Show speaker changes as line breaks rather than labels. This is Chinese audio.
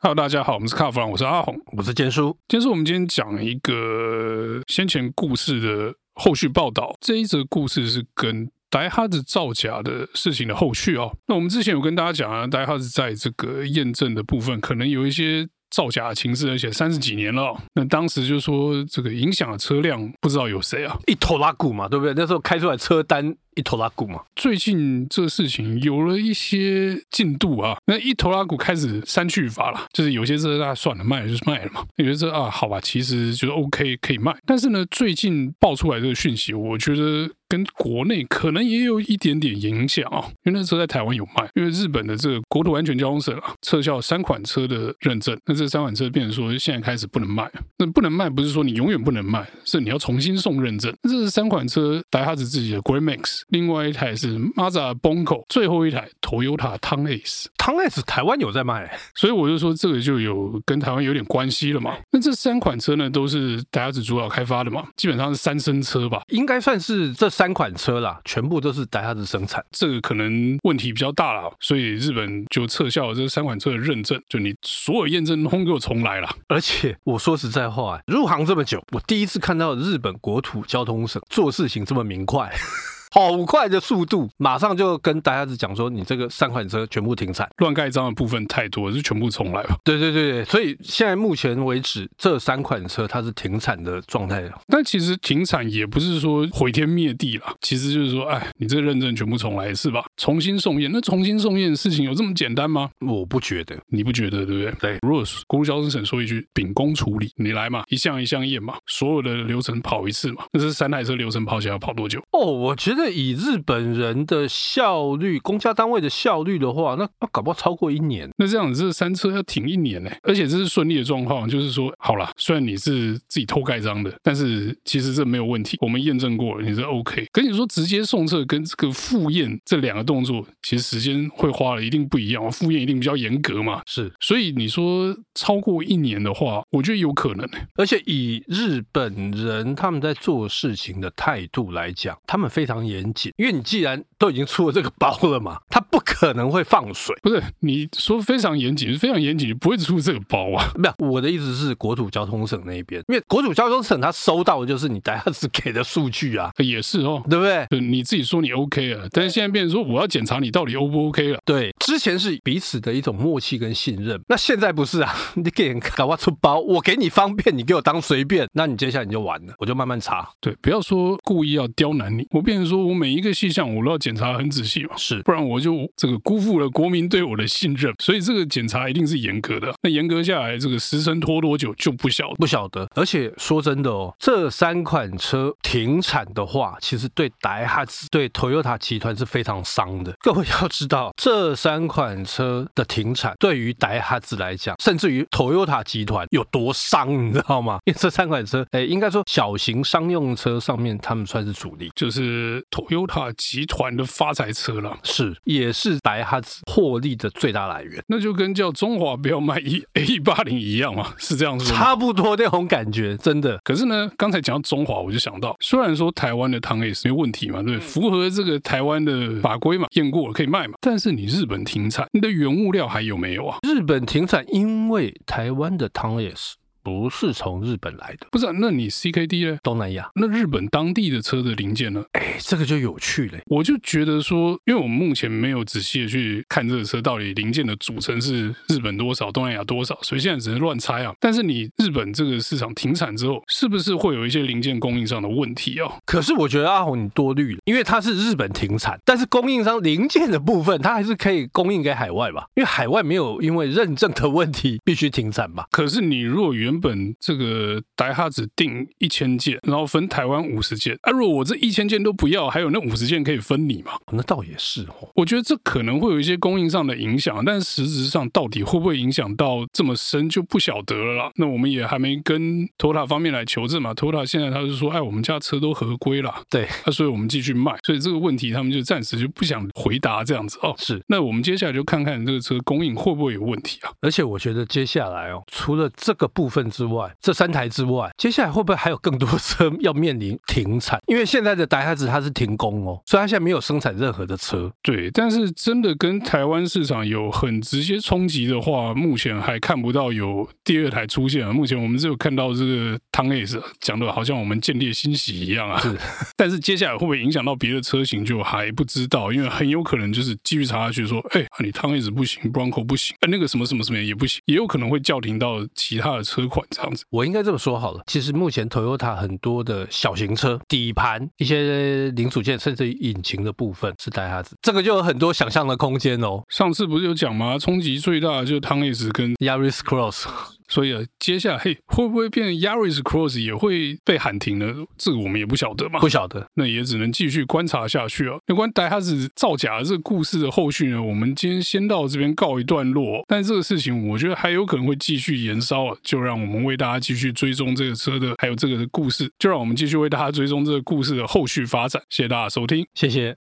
Hello，大家好，我们是卡弗朗，我是阿红。
我是坚叔，
今天是我们今天讲一个先前故事的后续报道。这一则故事是跟白哈子造假的事情的后续哦。那我们之前有跟大家讲啊，白哈子在这个验证的部分，可能有一些造假的情势，而且三十几年了哦、那当时就说这个影响的车辆不知道有谁啊。
一头拉骨嘛，对不对？那时候开出来车单一头拉骨嘛，
最近这事情有了一些进度啊，那一头拉股开始删去法了，就是有些车大家算了，卖了就是卖了嘛。有些车啊，好吧，其实觉得 OK 可以卖，但是呢，最近爆出来这个讯息，我觉得。跟国内可能也有一点点影响啊、因为那车在台湾有卖，因为日本的这个国土安全交通省啊，撤销三款车的认证，那这三款车变成说现在开始不能卖，那不能卖不是说你永远不能卖，是你要重新送认证。这是三款车，达哈子自己的 Grand Max，另外一台是 Mazda Bongo，最后一台 Toyota t o n Ace。
汤 S 台湾有在卖、
所以我就说这个就有跟台湾有点关系了嘛。那这三款车呢，都是达哈子主导开发的嘛，基本上是三升车吧。
应该算是这三款车啦，全部都是达哈子生产。
这个可能问题比较大了，所以日本就撤销了这三款车的认证，就你所有验证通给我重来了。
而且我说实在话、入行这么久，我第一次看到日本国土交通省做事情这么明快。 好快的速度，马上就跟达哈子讲说，你这个三款车全部停产。
乱盖章的部分太多了，就全部重来吧。
对对对对，所以现在目前为止，这三款车它是停产的状态。
但其实停产也不是说毁天灭地啦，其实就是说，哎，你这个认证全部重来是吧？重新送验，那重新送验的事情有这么简单吗？
我不觉得，
你不觉得对不对？
对
如果国路交通省说一句“秉公处理”，你来嘛，一项一项验嘛，所有的流程跑一次嘛，那这三台车流程跑起来要跑多久？
哦，我觉得以日本人的效率，公家单位的效率的话，那那搞不好超过一年。
那这样子，这三车要停一年呢、而且这是顺利的状况，就是说，好啦，虽然你是自己偷盖章的，但是其实这没有问题，我们验证过了，你是 OK。跟你说直接送测跟这个复验这两个动作，其实时间会花的一定不一样，复验一定比较严格嘛。
是，
所以你说超过一年的话，我觉得有可能、欸。
而且以日本人他们在做事情的态度来讲，他们非常严谨，因为你既然都已经出了这个包了嘛，他不可能会放水。
不是你说非常严谨，非常严谨，不会出这个包啊。
没有，我的意思是国土交通省那边，因为国土交通省他收到的就是你达哈斯给的数据啊，
也是哦，
对不对？
就你自己说你 OK 了，但是现在变成说我要检查你到底 O 不 OK 了。
对，之前是彼此的一种默契跟信任，那现在不是啊？ 你给人搞挖出包，我给你方便，你给我当随便，那你接下来你就完了，我就慢慢查。
对，不要说故意要刁难你，我变成说我每一个细项我都要检查得很仔细嘛，
是
不然我就这个辜负了国民对我的信任。所以这个检查一定是严格的，那严格下来，这个时辰拖多久就不晓得。
不晓得，而且说真的哦，这三款车停产的话，其实对达哈斯、对 Toyota 集团是非常伤的。各位要知道，这三款车的停产对于达哈斯来讲，甚至于 Toyota 集团有多伤，你知道吗？因为这三款车，哎，应该说小型商用车上面他们算是主力。
就是 Toyota 集团的发财车了，
是，也是达哈斯获利的最大来源，
那就跟叫中华不要卖一 A 一八零一样嘛，是这样说吗？
差不多那种感觉，真的。
可是呢，刚才讲到中华，我就想到，虽然说台湾的糖也是没问题嘛，
嗯
对不对，符合这个台湾的法规嘛，验过了可以卖嘛。但是你日本停产，你的原物料还有没有啊？
日本停产，因为台湾的汤也是不是从日本来的，
不是、啊，那你 CKD 呢？
东南亚，
那日本当地的车的零件呢？
哎，这个就有趣了。
我就觉得说，因为我目前没有仔细的去看这个车到底零件的组成是日本多少、东南亚多少，所以现在只能乱猜啊。但是你日本这个市场停产之后，是不是会有一些零件供应上的问题啊？
可是我觉得阿红你多虑了，因为它是日本停产，但是供应商零件的部分，它还是可以供应给海外吧？因为海外没有因为认证的问题必须停产吧？
可是你如果原本这个台哈只订一千件，然后分台湾五十件，啊，如果我这一千件都不要，还有那五十件可以分你嘛？
那倒也是哦。
我觉得这可能会有一些供应上的影响，但实质上到底会不会影响到这么深就不晓得了啦。那我们也还没跟 Toyota 方面来求证嘛。Toyota 现在他是说，哎，我们家车都合规啦，
对，
那、所以我们继续卖。所以这个问题他们就暂时就不想回答这样子哦。
是。
那我们接下来就看看这个车供应会不会有问题啊？
而且我觉得接下来哦，除了这个部分顿之外，这三台之外，接下来会不会还有更多 的车要面临停产？因为现在的达哈兹它是停工哦，所以它现在没有生产任何的车。
对，但是真的跟台湾市场有很直接冲击的话，目前还看不到有第二台出现啊。目前我们只有看到这个汤 S 讲的好像我们见猎欣喜一样啊。
是，
但是接下来会不会影响到别的车型就还不知道，因为很有可能就是继续查下去说，哎、啊你汤 S 不行，Bronco 不行，哎、那个什么什么什么也不行，也有可能会叫停到其他的车款这样子。
我应该这么说好了，其实目前 Toyota 很多的小型车底盘、一些零组件，甚至于引擎的部分是带哈子，这个就有很多想象的空间哦。
上次不是有讲吗？冲击最大的就是汤 S 跟，
Yaris Cross
所以啊接下来嘿会不会变成 Yaris Cross 也会被喊停呢？这个我们也不晓得嘛。
不晓得，
那也只能继续观察下去啊。有关戴哈子造假的这个故事的后续呢，我们今天先到这边告一段落。但这个事情，我觉得还有可能会继续延烧啊，就让我们为大家继续追踪这个车的，还有这个的故事，就让我们继续为大家追踪这个故事的后续发展。谢谢大家收听。
谢谢。